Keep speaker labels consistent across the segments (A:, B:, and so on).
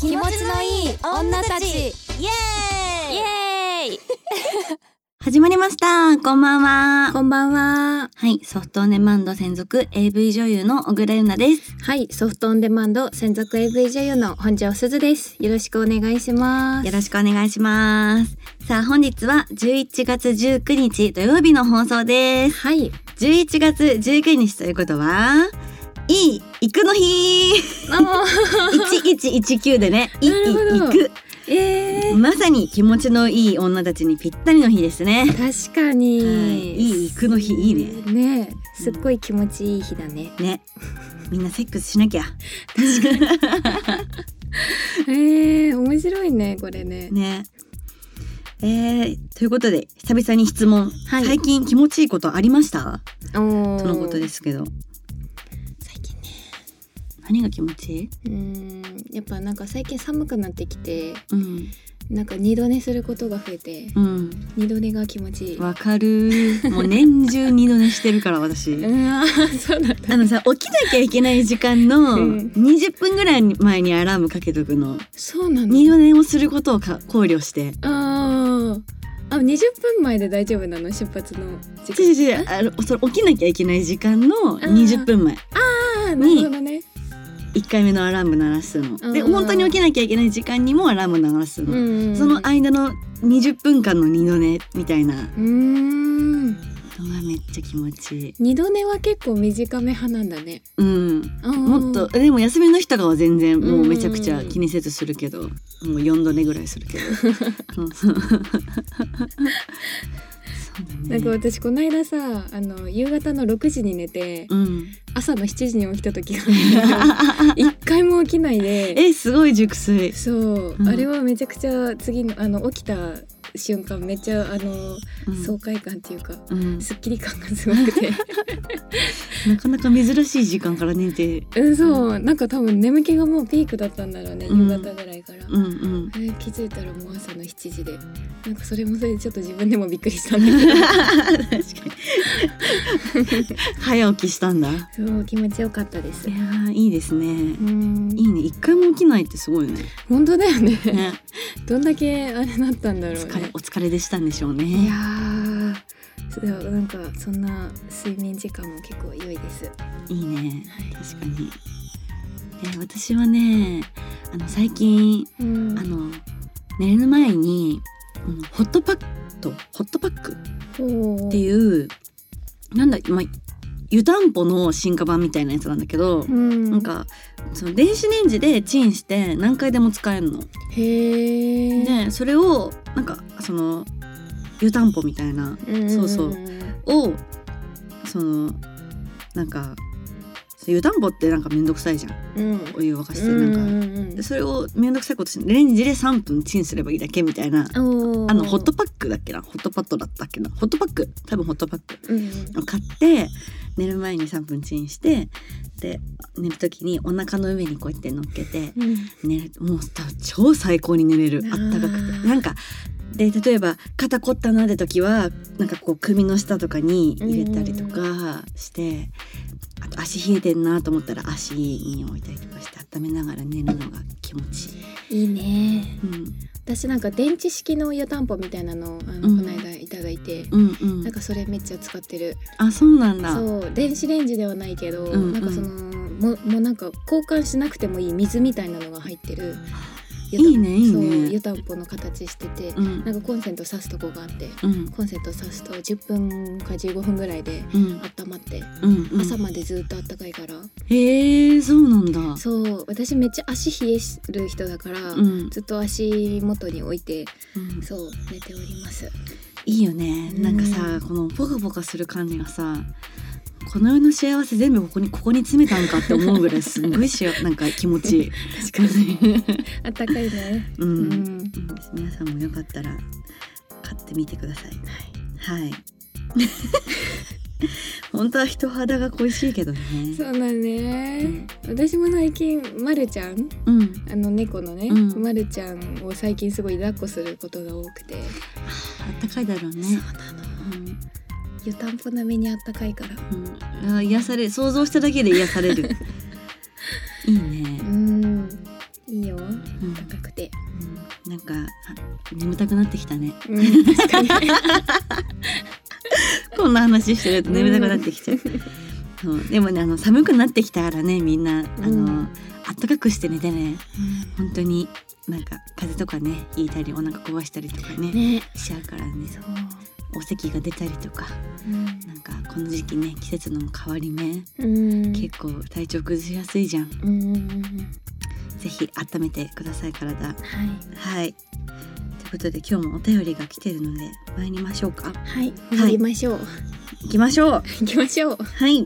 A: 気持ちのいい女たち
B: イエーイ
A: イエーイ
C: 始まりましたこんばんは
A: こんばんは
C: はい、ソフトオンデマンド専属 AV 女優の小倉優奈です。
A: はいソフトオンデマンド専属 AV 女優の本庄すずですよろしくお願いします
C: よろしくお願いします。さあ、本日は11月19日土曜日の放送です。
A: はい
C: 11月19日ということは、いい、行くの日 !1119 でね、いい、
A: なるほど
C: 行く。
A: えー、
C: まさに気持ちのいい女たちにぴったりの日ですね。
A: 確か
C: はい
A: に
C: いい行くの日いいね。
A: ねねえすっごい気持ちいい日だね
C: ね。みんなセックスしなきゃ。
A: えー、面白いねこれね
C: ね。えー、ということで久々に質問、
A: はい
C: 最近気持ちいいことありました
A: おー
C: とのことですけど
A: 最近ね
C: 何が気持ちいいう
A: ーんやっぱなんか最近寒くなってきて
C: うん
A: なんか二度寝することが増えて
C: うん
A: 二度寝が気持ちいい
C: わかる もう年中二度寝してるから私
A: うんあーそうなんだ
C: あのさ起きなきゃいけない時間 の
A: うん
C: 20分ぐらい前にアラームかけとくの
A: そうなの
C: 二度寝をすることをか考慮して
A: あーあ20分前で大丈夫なの出発の時
C: 違う
A: 間
C: 違うあのそれ起きなきゃいけない時間の20分前
A: ああなるほどね
C: 1回目のアラーム鳴らすので
A: うん
C: 本当に起きなきゃいけない時間にもアラーム鳴らすの、
A: うん
C: その間の20分間の二度寝みたいなのが
A: うーん
C: めっちゃ気持ちいい。
A: 二度寝は結構短め派なんだね
C: うん。
A: あー
C: もっとでも休みの日とかは全然もうめちゃくちゃ気にせずするけど、もう4度寝ぐらいするけど。うんそう
A: な
C: だ
A: んか
C: ね。
A: 私この間さあの夕方の6時に寝て
C: うん。
A: 朝の7時に起きた時が あって一回も起きないで
C: えすごい熟睡。
A: そう、
C: うん
A: あれはめちゃくちゃ次のあの起きた瞬間めっちゃあの
C: うん
A: 爽快感っていうか
C: うん
A: すっきり感がすごくて
C: なかなか珍しい時間から寝て。
A: うん、そうなんか多分眠気がもうピークだったんだろうね、
C: う
A: 夕
C: ん
A: 方ぐらいから、
C: うんうん。
A: えー気づいたらもう朝の7時でなんかそれもそれでちょっと自分でもびっくり したんだけど
C: 確かに 早起きしたんだ。い
A: そう気持ちよかったです
C: やーいいですね
A: う。ん
C: いいね一回も起きないってすごい ね。
A: 本当だよね
C: ね
A: どんだけあれなったんだろうね
C: 疲れお疲れでしたんでしょう
A: いや
C: ね。
A: ーそうなんかそんな睡眠時間も結構良いです
C: いいね
A: はい
C: 確かに。えー私はねあの最近
A: うん
C: あの寝る前に、うんホットパッドホットパック
A: ほう
C: っていうなんだまあ湯たんぽの進化版みたいなやつなんだけど、
A: うん
C: なんかその電子レンジでチンして何回でも使えるの。
A: へえ、
C: でそれをなんかその湯たんぽみたいな
A: うん
C: そうそうん
A: ん
C: をそのなんかそう湯たんぽってなんかめんどくさいじゃん
A: うん
C: お湯沸かしてなんか、
A: うんうん
C: でそれをめんどくさいことしてレンジで3分チンすればいいだけみたいな
A: うんおー
C: あのホットパックだっけなホットパッドだったっけなホットパック多分ホットパック
A: うんうん
C: を買って寝る前に3分チンしてで寝る時にお腹の上にこうやって乗っけて
A: うん
C: 寝るもうさ超最高に寝れる
A: あ
C: あ
A: ー
C: ったかくてなんかで例えば肩凝ったなって時はなんかこう首の下とかに入れたりとかしてあと足冷えてんなと思ったら足に置いたりとかして温めながら寝るのが気持ちい
A: い
C: い。
A: いね
C: うん
A: 私なんか電池式の湯たんぽみたいなのをあの、
C: うん
A: この間いただいて、
C: うんうん
A: なんかそれめっちゃ使ってる
C: あそうなんだ。
A: そう電子レンジではないけど、
C: うんうん
A: なんかそのももうなんか交換しなくてもいい水みたいなのが入ってる
C: いいね
A: 湯たん
C: いいね
A: そう湯たんぽの形してて、
C: うん
A: なんかコンセント挿すとこがあって
C: うん
A: コンセント挿すと10分か15分ぐらいで
C: うん
A: 温まって、
C: うんうん
A: 朝までずっと暖かいから、
C: へえそうなんだ。
A: そう私めっちゃ足冷えする人だから、
C: うん
A: ずっと足元に置いて
C: うん
A: そう寝ております。
C: いいよね
A: うん
C: なんかさこのポカポカする感じがさこの世の幸せ全部ここにここに詰めたんかって思うぐらいすんごいしよなんか気持ち いい。
A: 確かに。あったかいね。
C: う、
A: うん
C: うん
A: ん。
C: 皆さんもよかったら買ってみてください。はい。 本当は人肌が恋しいけどね。
A: そうだ
C: う
A: ね。
C: ん
A: 私も最近まるちゃん
C: うん。
A: あの猫のね、
C: うん
A: まるちゃんを最近すごい抱っこすることが多くて、
C: あったかいだろう
A: そう
C: ね。
A: なの。湯たんぽなめにあったかいから。
C: うん、うん、あ癒され想 像しただけで癒される。いいね
A: う。ん。いいよ。
C: うん
A: 暖
C: べたくなってきたね
A: うん、確かに
C: こんな話してると眠たくなってきちゃう。そうでもねあの寒くなってきたからねみんなあ
A: う
C: の、
A: ん
C: 暖かくして寝てね本当になんか風邪とかね引いたりお腹壊したりとか ね
A: ね
C: しちゃうからね
A: そう、
C: お咳が出たりとか
A: うん
C: なんかこの時期ね季節の変わり目
A: うん
C: 結構体調崩しやすいじゃん
A: うんうんうんうん
C: ぜひ温めてください体
A: はい
C: はいということで今日もお便りが来てるので参りましょうか
A: はい戻りましょう、
C: 行きましょう
A: 行きましょう
C: はい。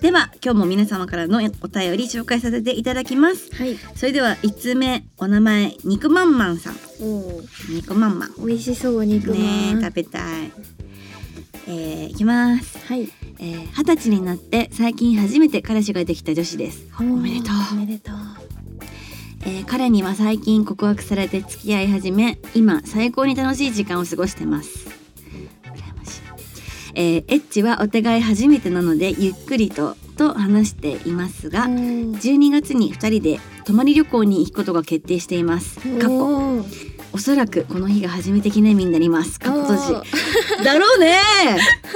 C: では今日も皆様からのお便り紹介させていただきます。
A: はい
C: それでは一通目お名前肉まんまんさん。
A: おお
C: 肉まんまん。
A: 美味しそう肉ま
C: ね
A: ん、
C: え食べたい。えー、いきます。
A: はい
C: えー二、十、歳になって最近初めて彼氏ができた女子です。
A: お
C: めでとう
A: おめでとう
C: えー彼には最近告白されて付き合い始め今最高に楽しい時間を過ごしてます羨ましい、えーエッチはお互い初めてなのでゆっくりとと話していますが
A: うん
C: 12月に2人で泊まり旅行に行くことが決定していますかっこ
A: おー
C: おそらくこの日が初めて記念日になりますかっこ閉じ
A: おー
C: だろうね。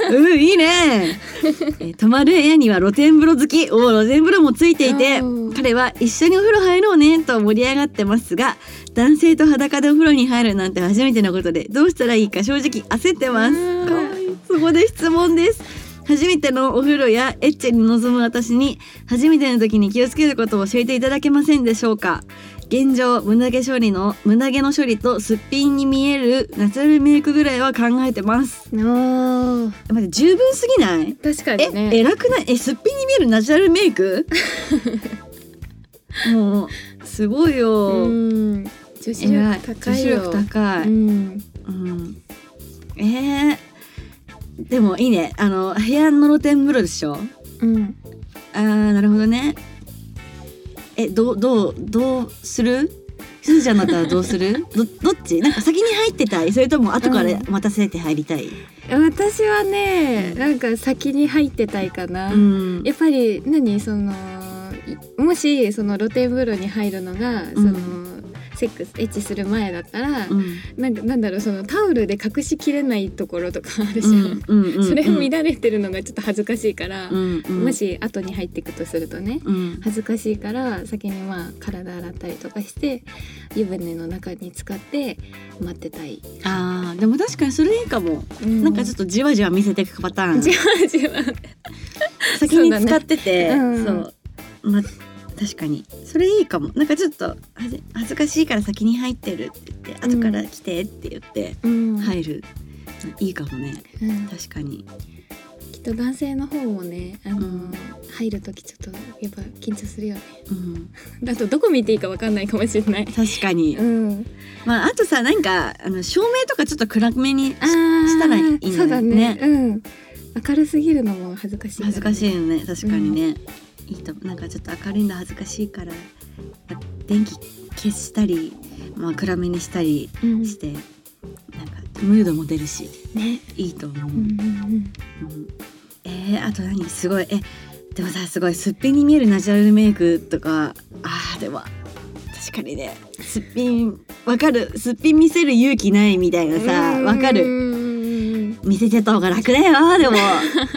C: うん、いいね。えー泊まる部屋には露天風呂好き。おー露天風呂もついていて
A: うん、
C: 彼は一緒にお風呂入ろうねと盛り上がってますが、男性と裸でお風呂に入るなんて初めてのことで、どうしたらいいか正直焦ってま
A: うん
C: す。かわいいそこで質問です。初めてのお風呂やエッチに臨む私に初めての時に気をつけることを教えていただけませんでしょうか現状胸毛処理の胸毛の処理とすっぴんに見えるナチュラルメイクぐらいは考えてます
A: おー
C: 待って十分すぎない
A: 確か
C: え、
A: にね
C: 偉くないえすっぴんに見えるナチュラルメイ クもうすごいよ、
A: うん女子
C: 偉い
A: 力高い
C: 女
A: よ
C: 子力高い、
A: うん
C: うん、えー、でもいいねあの部屋の露天風呂でしょ
A: うん
C: あーなるほどねえどうどうどうするすずちゃんだったらどう するどどっちなんか先に入ってたいそれとも後から
A: うん
C: 待たせて入りたい、
A: 私はね、
C: うん
A: なんか先に入ってたいかな、
C: うん、
A: やっぱり何そのいもしその露天風呂に入るのが、そのセックスエッチする前だったら、
C: うん
A: なんかなんだろうそのタオルで隠しきれないところとかあるじゃん、
C: うんうん
A: それを乱れてるのがちょっと恥ずかしいから、
C: うんうん
A: もし後に入っていくとするとね
C: うん
A: 恥ずかしいから先にまあ体洗ったりとかして湯船の中に浸かって待ってたい、
C: あーでも確かにそれいいかも、なんかちょっ
A: っ
C: とじわじわ見せていくパターン
A: じわじわ
C: 先に使ってて
A: そ
C: そうう,、
A: だねうん
C: ま確かにそれいいかもなんかちょっとはじ恥ずかしいから先に入ってるって言って後から来てって言って、
A: うん
C: 入る、いいかもね
A: うん
C: 確かに
A: きっと男性の方もね、あの
C: うん
A: 入る時ちょっとやっぱ緊張するよね。
C: うん
A: だとどこ見ていいかわかんないかもしれない。
C: 確かに、
A: うん、
C: まああとさなんかあの照明とかちょっと暗めにし
A: あー
C: したらいいのね
A: そうだね。うん、明るすぎるのも恥ずかしい、
C: 恥ずかし
A: い。
C: いよね確かにね、いいと思うなんかちょっと明るいの恥ずかしいからあ電気消したり、まあ、暗めにしたり
A: うん、
C: して、なんかムードも出るし
A: ね。
C: いいと思う、
A: うんうん
C: うんえー、あと何すごいえでもさすごいすっぴんに見えるナチュラルメイクとかあーでも確かにねすっぴんわかるすっぴん見せる勇気ないみたい
A: うん
C: なさわか
A: うん
C: る
A: うんうん
C: 見せてた方が楽だよ でも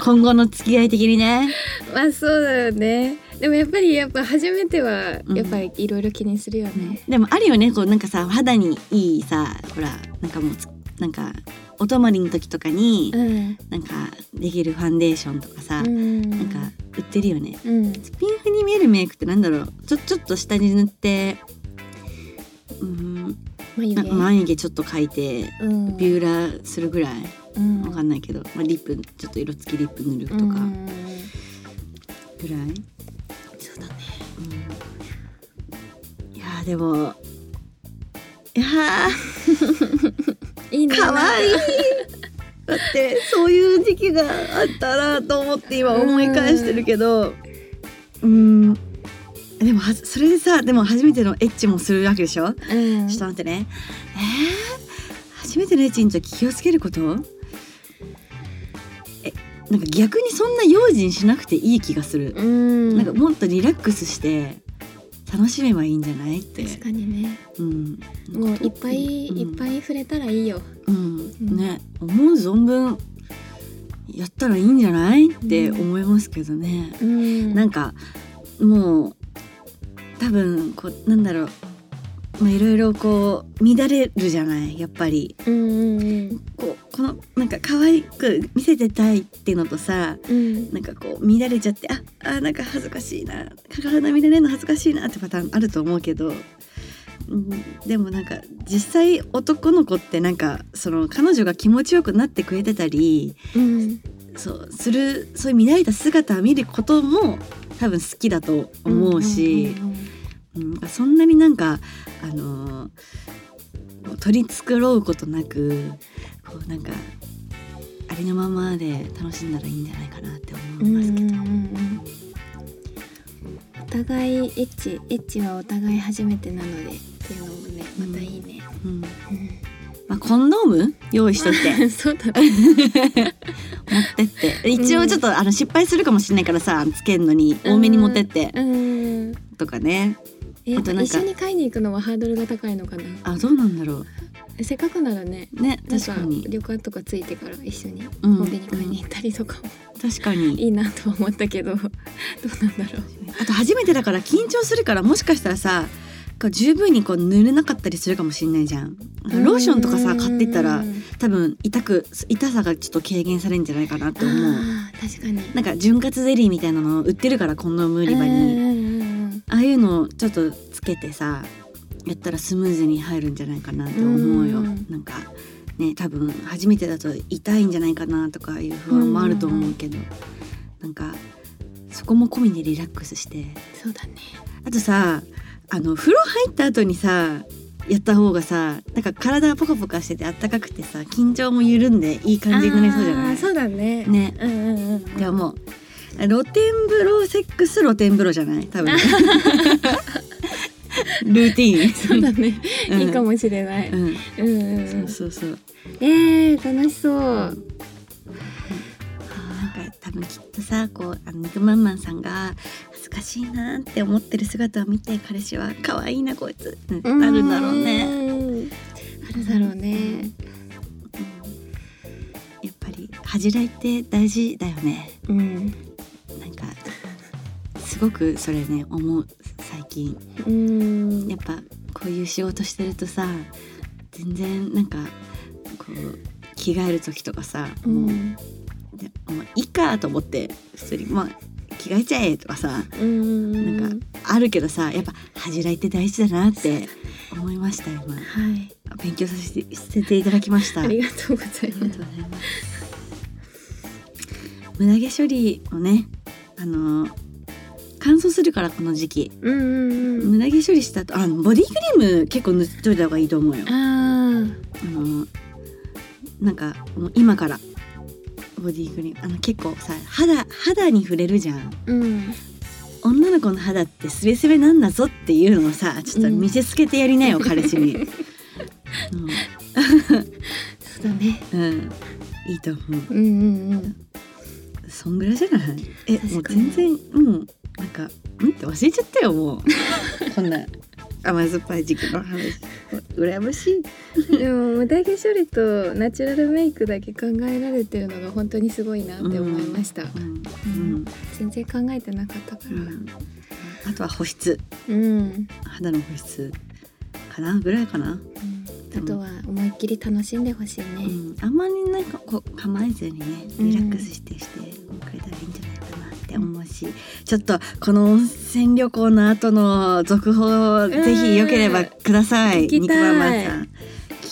C: 今後の付き合い的にね
A: まあそうだよね。でもやっぱりやっぱ初めては
C: うん
A: やっぱりいろいろ気にするよね。
C: でもあるよねこうなんかさ肌にいいさほらなんかもうつなんかお泊まりの時とかに
A: うん。
C: なんかできるファンデーションとかさ、
A: うん。
C: なんか売ってるよね
A: うん。
C: スピンフに見えるメイクってなんだろうちょちょっと下に塗ってうーん
A: 眉
C: な
A: 毛。
C: 眉毛ちょっと描いて
A: うん。
C: ビューラーするぐらい
A: うん。
C: わかんないけど、まあ、リップちょっと色付きリップ塗るとか
A: うん
C: ぐらい、
A: そうだね。
C: いやーでもいや
A: いい
C: ー
A: ね。
C: かわいいだってそういう時期があったなと思って今思い返してるけどうんでもはそれでさでも初めてのエッチもするわけでしょ
A: うん
C: ちょっと待ってね。えー、初めてのエッチの時気をつけることえなんか逆にそんな用心しなくていい気がする、
A: うん
C: なんかもっとリラックスして楽しめばいいんじゃないって
A: 確かにね
C: うん、
A: もういっぱいいっぱ
C: い、
A: い触れたらいいよ
C: うん
A: うん
C: ね思う存分やったらいいんじゃないって思いますけどね、
A: うん
C: なんかもう多分こうなんだろうまあいろいろこう乱れるじゃないやっぱり
A: うんうん
C: こうこのなんか可愛く見せてたいっていうのとさ
A: うん
C: なんかこう乱れちゃってああなんか恥ずかしいな体見れないの恥ずかしいなってパターンあると思うけど、うん、でもなんか実際男の子ってなんかその彼女が気持ちよくなってくれてたり
A: うん
C: そうするそういう乱れた姿を見ることも多分好きだと思うし、
A: んうん
C: うんなんかそんなになんかあのー取り繕うことなくこうなんかありのままで楽しんだらいいんじゃないかなって思
A: う
C: い
A: んう
C: ま
A: ん
C: すけど。
A: うんうんお互いエッチエッチはお互い初めてなのでっていうのもねまたいいね、
C: うんまあ、コンドーム用意しとい て
A: そうだね
C: 持ってって一応ちょっとあの失敗するかもしれないからさつけんのに多めに持ってって
A: うん
C: とかね
A: えっ
C: あと
A: と
C: なん
A: 一
C: か
A: 緒に買いに行くのはハードルが高いのかな
C: あどうなんだろ
A: えせっかくならね
C: うね
A: なん
C: 確
A: か
C: かに
A: 旅館とかついてから一緒にコ
C: うん
A: ンビニ買いに行ったりとかも
C: 確かに
A: いいなとは思ったけど どうなんだろう
C: あと初めてだから緊張するからもしかしたらさこう十分にこう塗れなかったりするかもしれないじゃんローションとかさ買ってったら
A: うん
C: 多分痛く痛さがちょっと軽減されるんじゃないかなって思う
A: あー確かに
C: なんか潤滑ゼリーみたいなの売ってるからコンドーム売り場に。
A: うんうんうん
C: ああいうのをちょっとつけてさやったらスムーズに入るんじゃないかなと思うよ。
A: うん
C: なんかね多分初めてだと痛いんじゃないかなとかいう不安もあると思うけど、なんかそこも込みでリラックスして
A: そうだね
C: あとさあの風呂入った後にさやった方がさなんか体がポカポカしててあったかくてさ緊張も緩んでいい感じになりそうじゃな
A: あ
C: い
A: ーそうだね
C: ね
A: うんうんうんうん
C: いやもう露天風呂セックス露天風呂じゃな い多分ルーティーン
A: そうだね、
C: うん
A: いいかもしれない、
C: うん、
A: うんうんうん
C: そうそうそう
A: えー、楽しそう
C: なんか多分きっとさこうあの肉まんまんさんが恥ずかしいなって思ってる姿を見て彼氏は可愛いなこいつってなるんだろうね
A: んあるだろうね
C: やっぱり恥じらいって大事だよね
A: うん
C: なんかすごくそれね思う最近
A: うん
C: やっぱこういう仕事してるとさ全然なんかこう着替える時とかさ、
A: う
C: もうんでもういいかと思って普通にまあ着替えちゃえとかさ
A: うん
C: なんかあるけどさやっぱ恥じらいって大事だなって思いました今
A: はい
C: 勉強させてさせていただきました
A: ありがとうござい
C: あ
A: ま
C: り
A: す
C: がとうございます。無駄毛処理をねあの乾燥するからこの時期
A: うんうんうん
C: 無駄毛処理した後あボディクリーム結構塗っといた方がいいと思うよ
A: あー
C: あのなんかもう今からボディクリームあの結構さ肌肌に触れるじゃん
A: うん
C: 女の子の肌ってスベスベなんだぞっていうのをさちょっと見せつけてやりなよ、彼氏に、
A: そうだね
C: うんうん、いいと思う
A: うんうんうん
C: そんぐらいじゃないえも
A: 確
C: う
A: かに
C: 全然うんなんかうんって忘れちゃったよもうこんな甘酸っぱい時期の話羨ましい
A: でも無駄毛処理とナチュラルメイクだけ考えられてるのが本当にすごいなって思いました、
C: うん
A: 全然考えてなかったか
C: う
A: ら
C: ん、うん、あとは保湿
A: うん、
C: 肌の保湿かなぐらいかな、
A: あとは思いっきり楽しんでほしいね、
C: うん、あんまりなんかこう構えずにねリラックスしてしてくれたらいいんじゃないかなって思うし、ちょっとこの温泉旅行の後の続報をぜひよければください、
A: うん聞きたい
C: 肉まんまんさん聞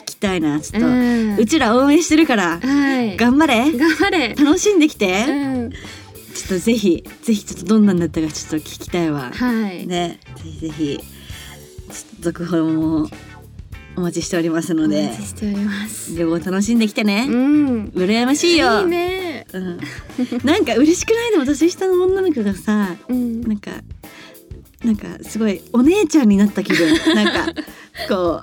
C: きたいなちょっと、う
A: うん
C: ちら応援してるから
A: はい頑
C: 頑張れ
A: 張れ
C: 楽しんできて、
A: うん
C: ちょっとぜひぜひちょっとどんなんだったかちょっと聞きたいわ、
A: はい、
C: ねぜひぜひちょっと続報もお待ちしております
A: お
C: ので
A: 待ちしております
C: 旅行楽しんできてね、
A: うん
C: 羨ましいよ
A: いいね
C: うん、なんか嬉しくないでも年下の女の子がさ
A: うん
C: なんかなんかすごいお姉ちゃんになった気 分なんかこう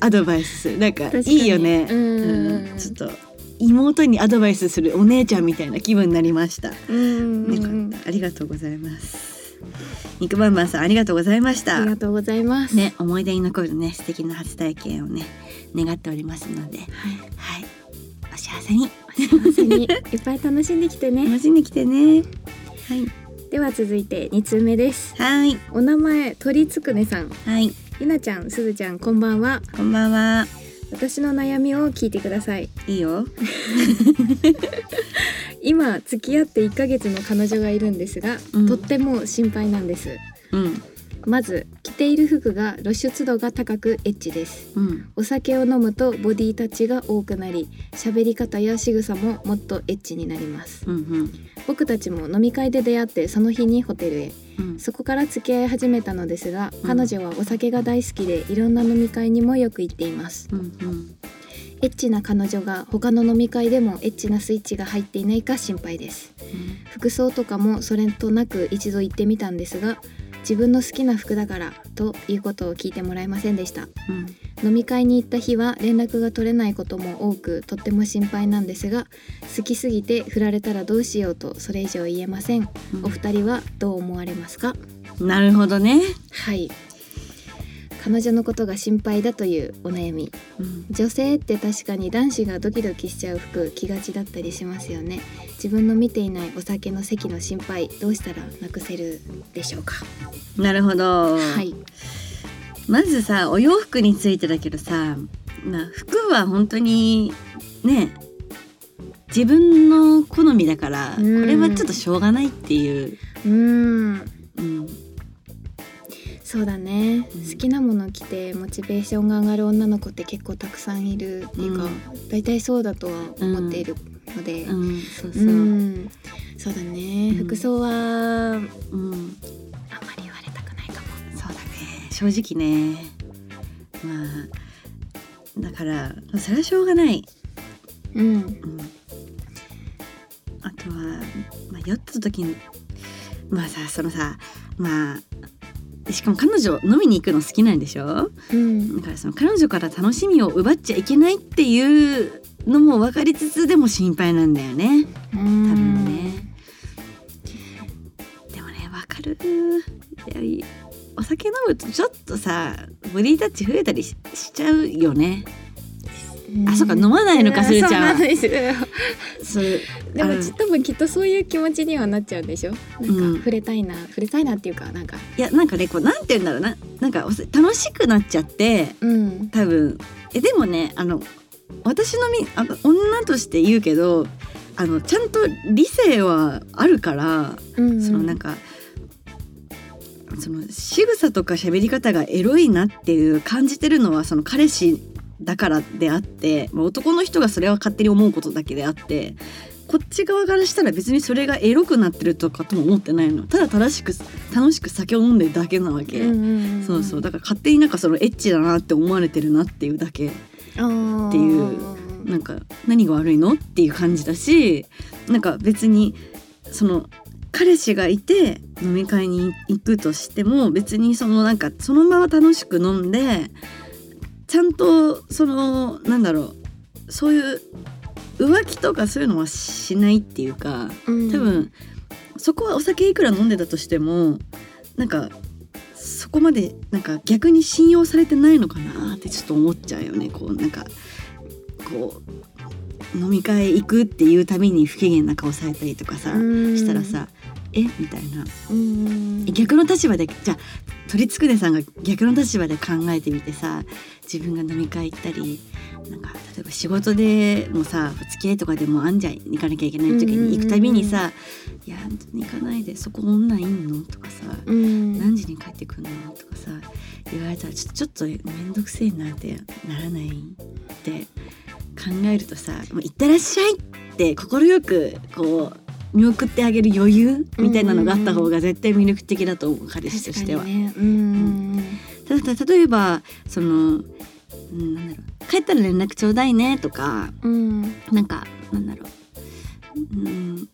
C: アドバイスするなんか
A: 確
C: い
A: かに
C: いよね、
A: うん
C: ちょっと妹にアドバイスするお姉ちゃんみたいな気分になりました。
A: うんうんうん
C: よかったありがとうございます。肉まんまんさんありがとうございまし
A: あ
C: た
A: り。がとうございます。
C: ね思い出に残るね素敵な初体験をね願っておりますので、
A: はい。
C: はいお幸せに
A: 幸せにいっぱい楽しんできてね。
C: 楽しんできてね。はい
A: では続いて二通目です。
C: はい
A: お名前鳥つくねさん、
C: はい
A: ゆなちゃん、すずちゃん、こんばんは。
C: こんばんは
A: 私の悩みを聞いてください。
C: いいよ
A: 今付き合って1ヶ月の彼女がいるんですが、
C: うん
A: とっても心配なんです。
C: うん
A: まず着ている服が露出度が高くエッチです。
C: うん
A: お酒を飲むとボディタッチが多くなり喋り方や仕草ももっとエッチになります
C: うんうん
A: 僕たちも飲み会で出会ってその日にホテルへ
C: うん
A: そこから付き合い始めたのですが
C: うん
A: 彼女はお酒が大好きでいろんな飲み会にもよく行っています
C: うん
A: エッチな彼女が他の飲み会でもエッチなスイッチが入っていないか心配です服装とかもそれとなく一度行ってみたんですが自分の好きな服だからということを聞いてもらえませんでした
C: うん
A: 飲み会に行った日は連絡が取れないことも多くとっても心配なんですが好きすぎて振られたらどうしようとそれ以上言えませんお二人はどう思われますか
C: なるほどね、
A: はい彼女のことが心配だというお悩み
C: うん
A: 女性って確かに男子がドキドキしちゃう服着がちだったりしますよね自分の見ていないお酒の席の心配どうしたらなくせるでしょうか
C: なるほど、
A: はい
C: まずさお洋服についてだけどさ、まあ、服は本当にね自分の好みだからこ
A: うん
C: れはちょっとしょうがないっていう、
A: うーん
C: うん
A: そうだね、
C: うん
A: 好きなもの着てモチベーションが上がる女の子って結構たくさんいるっていうか、大体そうだとは思っているので、
C: う
A: うん
C: ん、そうそう、
A: んそうだね、
C: うん
A: 服装はあんま
C: うん、
A: り言われたくないかも。
C: そうだね正直ねまあだからそれはしょうがない、
A: うん、
C: うん、あとは、まあ、酔った時にまあさそのさまあしかも彼女飲みに行くの好きなんでしょ
A: うん、
C: だからその彼女から楽しみを奪っちゃいけないっていうのも分かりつつでも心配なんだよね
A: 多
C: 多分ね。でもねわかるいやお酒飲むとちょっとさボディタッチ増えたりししちゃうよねあそうか飲
A: ま
C: まないのかするちゃんは
A: で
C: それ
A: で
C: あ
A: も
C: の
A: ち多分きっとそういう気持ちにはなっちゃうんでしょ。なん
C: うん
A: か触れたいな、触れたいなっていうかなんか、
C: いやなんかねこうなんて言うんだろうななんかおせ楽しくなっちゃって
A: うん、
C: 多分えでもねあの私のみあの女として言うけどあのちゃんと理性はあるから
A: うん、
C: そのなんか、その仕草とか喋り方がエロいなっていう感じてるのはその彼氏だからであって、まあ、男の人がそれは勝手に思うことだけであってこっち側からしたら別にそれがエロくなってるとかとも思ってないのただ正しく楽しく酒を飲んでるだけなわけ、
A: うんうんん
C: そうそうだから勝手になんかそのエッチだなって思われてるなっていうだけ
A: って
C: いうなんか何が悪いのっていう感じだしなんか別にその彼氏がいて飲み会に行くとしても別にそのなんかそのまま楽しく飲んでちゃんとそのなんだろうそういう浮気とかそういうのはしないっていうか
A: 多
C: 多分そこはお酒いくら飲んでたとしてもなんかそこまでなんか逆に信用されてないのかなってちょっと思っちゃうよねこうなんかこう飲み会行くっていうたびに不機嫌な顔されたりとかさ、したら、さ「えみたいな
A: うんうん
C: 逆の立場でじゃあ鳥つくねさんが逆の立場で考えてみてさ自分が飲み会行ったりなんか例えば仕事でもさ付き合いとかでもあんじゃん行かなきゃいけない時に行くたびにさ「いや本当に行かないでそこ女いんの?」とかさ「
A: うん
C: 何時に帰ってくんの?」とかさ言われたらちょちょっと面倒くせえなってならないって考えるとさ「もう行ってらっしゃい」って快くこう。見送ってあげる余裕みたいなのがあった方が絶対魅力的だと思う彼氏としては
A: 確か。にねうん
C: ただた例えばそのうんなんだろう帰ったら連絡ちょうだいねとか
A: うん
C: なんかなんだろう、うん、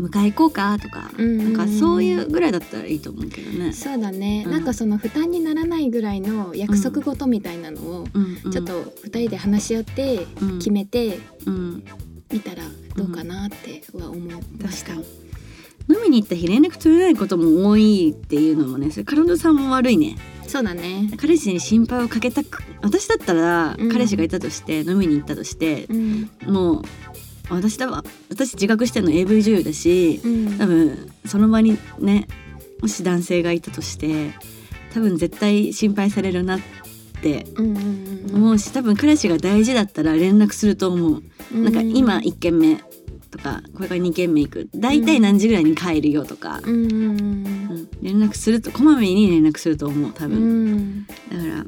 C: 迎え行こうかとか、
A: うんうんうん
C: なんかそういうぐらいだったらいいと思うけどね。
A: そうだね、
C: うん
A: なんかその負担にならないぐらいの約束事みたいなのを、
C: うんうん
A: ちょっと二人で話し合って
C: うん
A: 決めて、
C: うん
A: 見たらどうかなっては思いました、
C: 確飲みに行った日連絡取れないことも多いっていうのもねそれ彼女さんも悪いね
A: そうだね
C: 彼氏に心配をかけたく私だったら
A: うん
C: 彼氏がいたとして、飲みに行ったとして
A: うん
C: もう私だわ私自覚してるの AV 女優だし
A: うん
C: 多分その場にねもし男性がいたとして多分絶対心配されるなって
A: うんうんうん
C: 思うし多分彼氏が大事だったら連絡すると思う。
A: うん
C: なんか今1軒目とかこれから2軒目行く大体何時ぐらいに帰るよとか、
A: うんうんう
C: う
A: ん
C: ん連絡するとこまめに連絡すると思う多
A: う
C: 分、
A: ん、
C: だから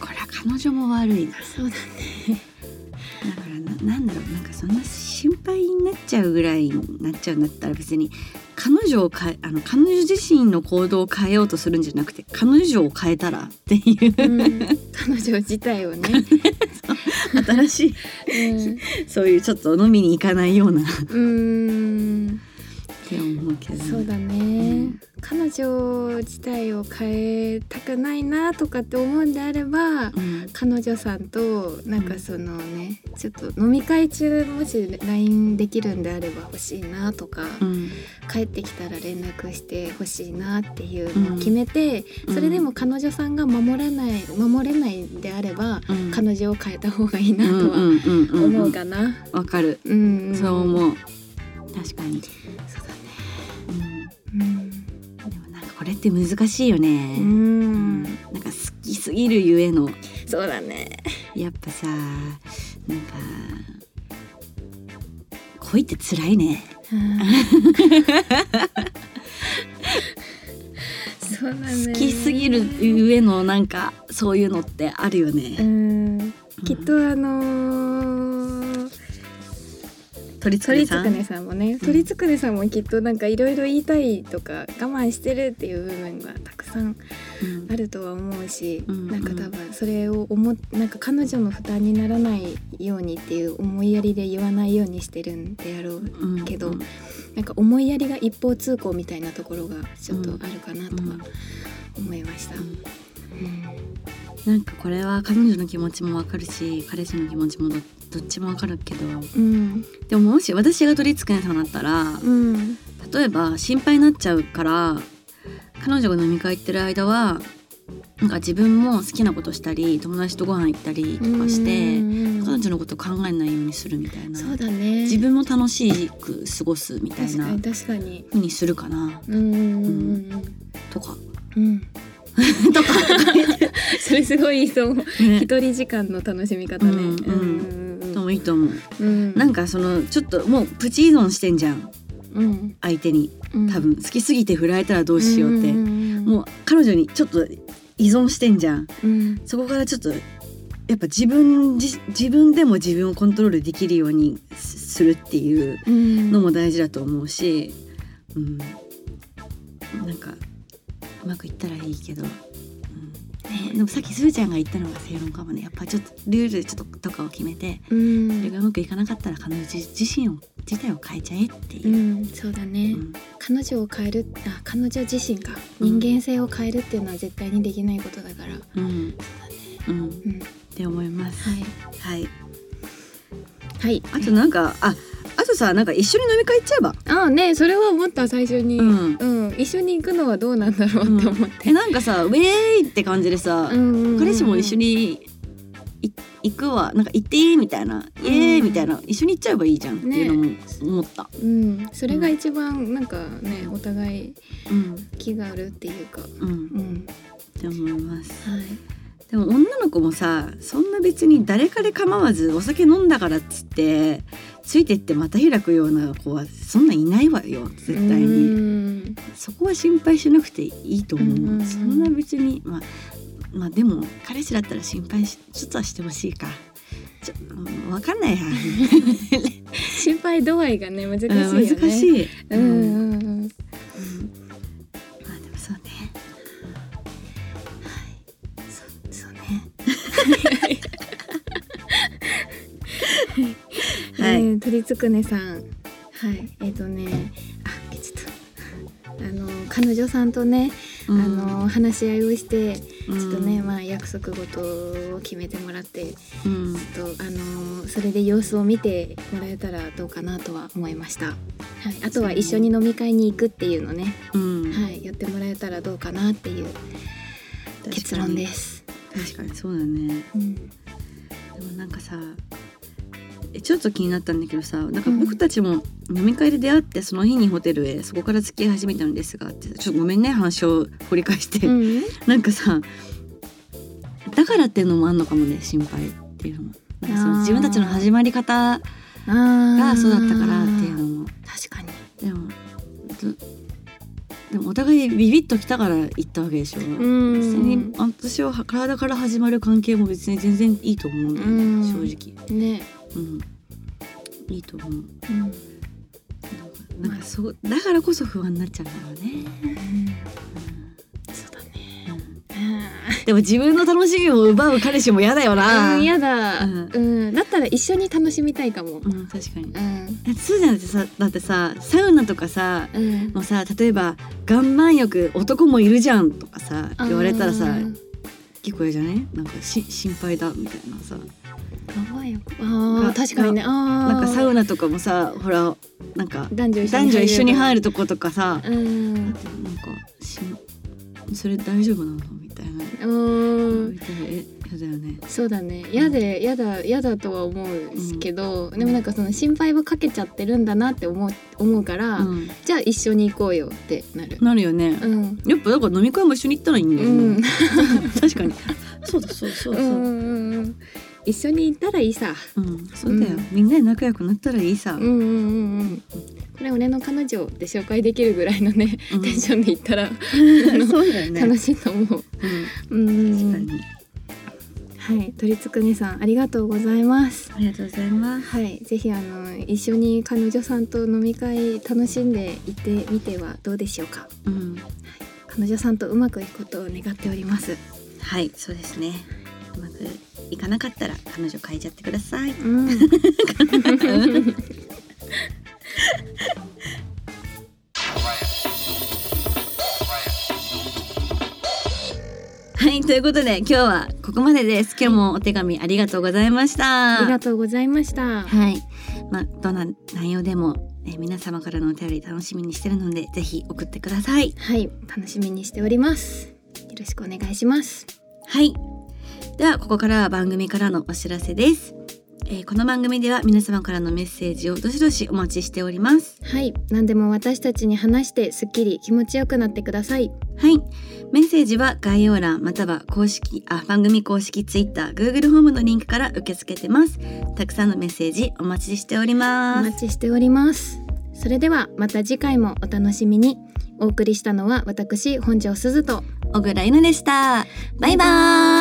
C: これは彼女も悪いなだか
A: そうだね
C: らななんだろうなんかそんな心配になっちゃうぐらいになっちゃうんだったら別に彼女を変えあの彼女自身の行動を変えようとするんじゃなくて彼女を変えたらっ ていう、
A: うん彼女自体をね、
C: 新しい
A: うん
C: そういうちょっと飲みに行かないようなっ
A: うん
C: て思うけど
A: そうだね、
C: ん
A: 彼女自体を変えたくないなとかって思うんであれば
C: うん
A: 彼女さんとなんかそのね、ちょっと飲み会中もし LINE できるんであれば欲しいなとか、
C: うん
A: 帰ってきたら連絡して欲しいなっていうの
C: う
A: を
C: ん
A: 決めて、
C: うん
A: それでも彼女さんが守らない守れないんであれば、
C: うん
A: 彼女を変えた方がいいなとは
C: んうんんん
A: 思うかな。
C: わかる、
A: うん、
C: そう思う確かに、
A: そうだね。
C: う
A: うん
C: ん、でもなんかこれって難しいよ
A: う
C: ね、
A: ん、
C: なんか好きすぎるゆえの
A: そうだね。
C: やっぱさなんか恋って辛いね
A: そうだね。
C: 好きすぎるゆえのなんかそういうのってあるよ
A: う
C: ね、
A: ん、きっとあのー、
C: 取り付
A: 鳥
C: け
A: つ
C: さ
A: く
C: ん
A: ねさんもね、鳥つくねさんもきっとなんかいろいろ言いたいとか我慢してるっていう部分がたくさん
C: うん
A: あるとは思うし、
C: うん
A: なんか多分それを思っなんか彼女の負担にならないようにっていう思いやりで言わないようにしてるんであろう
C: うん
A: けど
C: うん
A: なんか思いやりが一方通行みたいなところがちょっとあるかなと
C: う
A: は
C: ん
A: 思いました。
C: なんかこれは彼女の気持ちもわかるし彼氏の気持ちもどどっちもわかるけど
A: うん、
C: でももし私が取り付けさんだったら、
A: うん、
C: 例えば心配になっちゃうから彼女が飲み会行ってる間はなんか自分も好きなことしたり友達とご飯行ったりとかして
A: うん
C: 彼女のこと考えないようにするみたいな
A: そうだね。
C: 自分も楽しく過ごすみたい
A: 確か
C: な
A: に確かに。
C: ふうにするかな
A: うんうんうん
C: とか。
A: うん うん。
C: とか
A: それすごいいいと思う。
C: ね
A: 一人時間の楽しみ方ね。
C: うん
A: うんうん
C: でもいいと思う、
A: うん。
C: なん
A: か
C: かそのちょっともうプチ依存してんじゃん
A: うん
C: 相手に
A: うん
C: 多分好きすぎて振られたらどうしようって、
A: んんん
C: もう彼女にちょっと依存してんじゃん
A: うん
C: そこからちょっとやっぱ自分自自分でも自分をコントロールできるようにすするっていう
A: うん
C: のも大事だと思うし、うん、なんかうまくいったらいいけど、うん、でもさっきすずちゃんが言ったのが正論かもねやっぱちょっとルールちょっととかを決めて
A: う
C: それが
A: ん
C: うまくいかなかったら彼女自自身を自体を変えちゃえっ
A: う
C: ていう。
A: んそうだね、
C: うん
A: 彼女を変えるあ彼女自身か
C: うん
A: 人間性を変えるっていうのは絶対にできないことだからう
C: うんうん、っ
A: んは
C: て思います。
A: い
C: はい。
A: はい
C: あとなんか、あ、あとさ、なんか一緒に飲み会行っちゃえば。
A: ああねそれは思った最初に、うん
C: ん
A: 一緒に行くのはどうなんだろうって思って、
C: えなんかさウェーイって感じでさ、彼氏も一緒
A: に
C: にい行くわなんか行っていいみたいなイエーイみたいな一緒に行っちゃえばいいじゃんっていうのも思った、
A: うんそれが一番なんかねお互い
C: うん
A: 気があるっていうか
C: うん
A: う、ん
C: って思います
A: はい
C: でも女の子もさそんな別に誰かで構わずお酒飲んだからっつってついてってまた開くような子はそんなんいないわよ絶対に
A: うん
C: そこは心配しなくていいと思う、
A: うんうんうん
C: そんな別にまあまあでも彼氏だったら心配しちょっとはしてほしいかちょうんわかんないや
A: 心配度合いがね 難しいよね
C: うん難し
A: い
C: い、
A: うん
C: うん
A: うんうん
C: まあでもそうね
A: そそうね
C: は
A: え
C: い、
A: ー、鳥つくねさんはいえっ、とねあちょっとあの彼女さんとね、
C: うん
A: あの話し合いをしてち
C: うん
A: ょっとね、まあ約束事を決めてもらってち
C: うん
A: ょっとあのそれで様子を見てもらえたらどうかなとは思いました、はい
C: い、
A: あとは一緒に飲み会に行くっていうのね、
C: うん
A: はい、やってもらえたらどうかなっていう結論です、
C: 確かにそうだね
A: うん、
C: でもなんかさえちょっと気になったんだけどさなんか僕たちも飲み会で出会ってその日にホテルへそこから付き合い始めたのですがってちょっとごめんね話を掘り返して、
A: うん
C: なんかさだからっていうのもあんのかもね心配っていうのもなんかそ
A: あー
C: の自分たちの始まり方
A: あ
C: が
A: あ
C: そうだったからっていうのも
A: 確かに
C: でもずでもお互いビビッときたから行ったわけでしょ、
A: ん
C: 別に私は体から始まる関係も別に全然いいと思うんだよね、
A: うん
C: 正直、
A: ね、
C: うん、いいと思う
A: うん
C: なんかなんかそうだからこそ不安になっちゃうんだろうね、
A: そうだね
C: うんでも自分の楽しみを奪う彼氏も嫌だよな、
A: うんやだ、う
C: うんん
A: だったら一緒に楽しみたいかも
C: うん確かに
A: うん
C: えそうじゃなくてさだってさサウナとかさ
A: うん
C: もうさ例えば「岩盤浴男もいるじゃん」とかさ言われたらさ結構嫌じゃないなんかし心配だみたいなさ
A: 可愛いあ
C: が
A: あ確かにねああ
C: なんかサウ
A: ナ
C: ナとかもさほらなんか
A: 男女一緒
C: 男女一緒に入
A: る
C: るとことかさ
A: う
C: なん
A: ん
C: かしそれ大丈夫なのみたいな。
A: うん
C: みたいなえ嫌だよね。
A: そうだね嫌で嫌だ嫌だとは思うけど、でもなんかその心配はかけちゃってるんだなって思う思うから、
C: うん
A: じゃあ一緒に行こうよってなる
C: なるよね。
A: うん
C: やっぱだから飲み会も一緒に行ったらいいんだ
A: う
C: よ
A: ん
C: ね。 確かに。そうだそうそう
A: うん
C: そう。
A: うん一緒に行ったらいいさ
C: うんそうだよ
A: うん。
C: みんなで仲良くなったらいいさ
A: うん。うんうんうんこれ俺の彼女で紹介できるぐらいのね、
C: うん
A: テンションで行ったら
C: そうだよね。
A: 楽しいと思う、うんうん
C: 確
A: う
C: か
A: ん
C: に。
A: はい鳥つくねさんありがとうございます
C: ありがとうございます。
A: はいぜひあの一緒に彼女さんと飲み会楽しんでいってみてはどうでしょうか
C: うん。
A: 彼女さんとうまくいくことを願っております
C: はい、そうですね。うまくいかなかったら彼女変えちゃってください。
A: うん
C: はい、ということで今日はここまでです。今日もお手紙ありがとうございまし
A: あ
C: た。
A: りがとうございました
C: はい。まあ、どんな内容でも、えー皆様からのお便り楽しみにしてるので、ぜひ送ってください。
A: はい楽しみにしておりますよろしくお願いします
C: はい。では、ここからは番組からのお知らせです。えーこの番組では皆様からのメッセージをどしどしお待ちしております。
A: はい何でも私たちに話してすっきり気持ちよくなってください
C: はい。メッセージは概要欄または公式、あ、番組公式 Twitter、Google ホームのリンクから受け付けてます。たくさんのメッセージお待ちしており
A: お
C: ます
A: 待。ちしておりますそれではまた次回もお楽しみにお送りしたのは私本庄すずと
C: 小倉優奈でした。バイバイ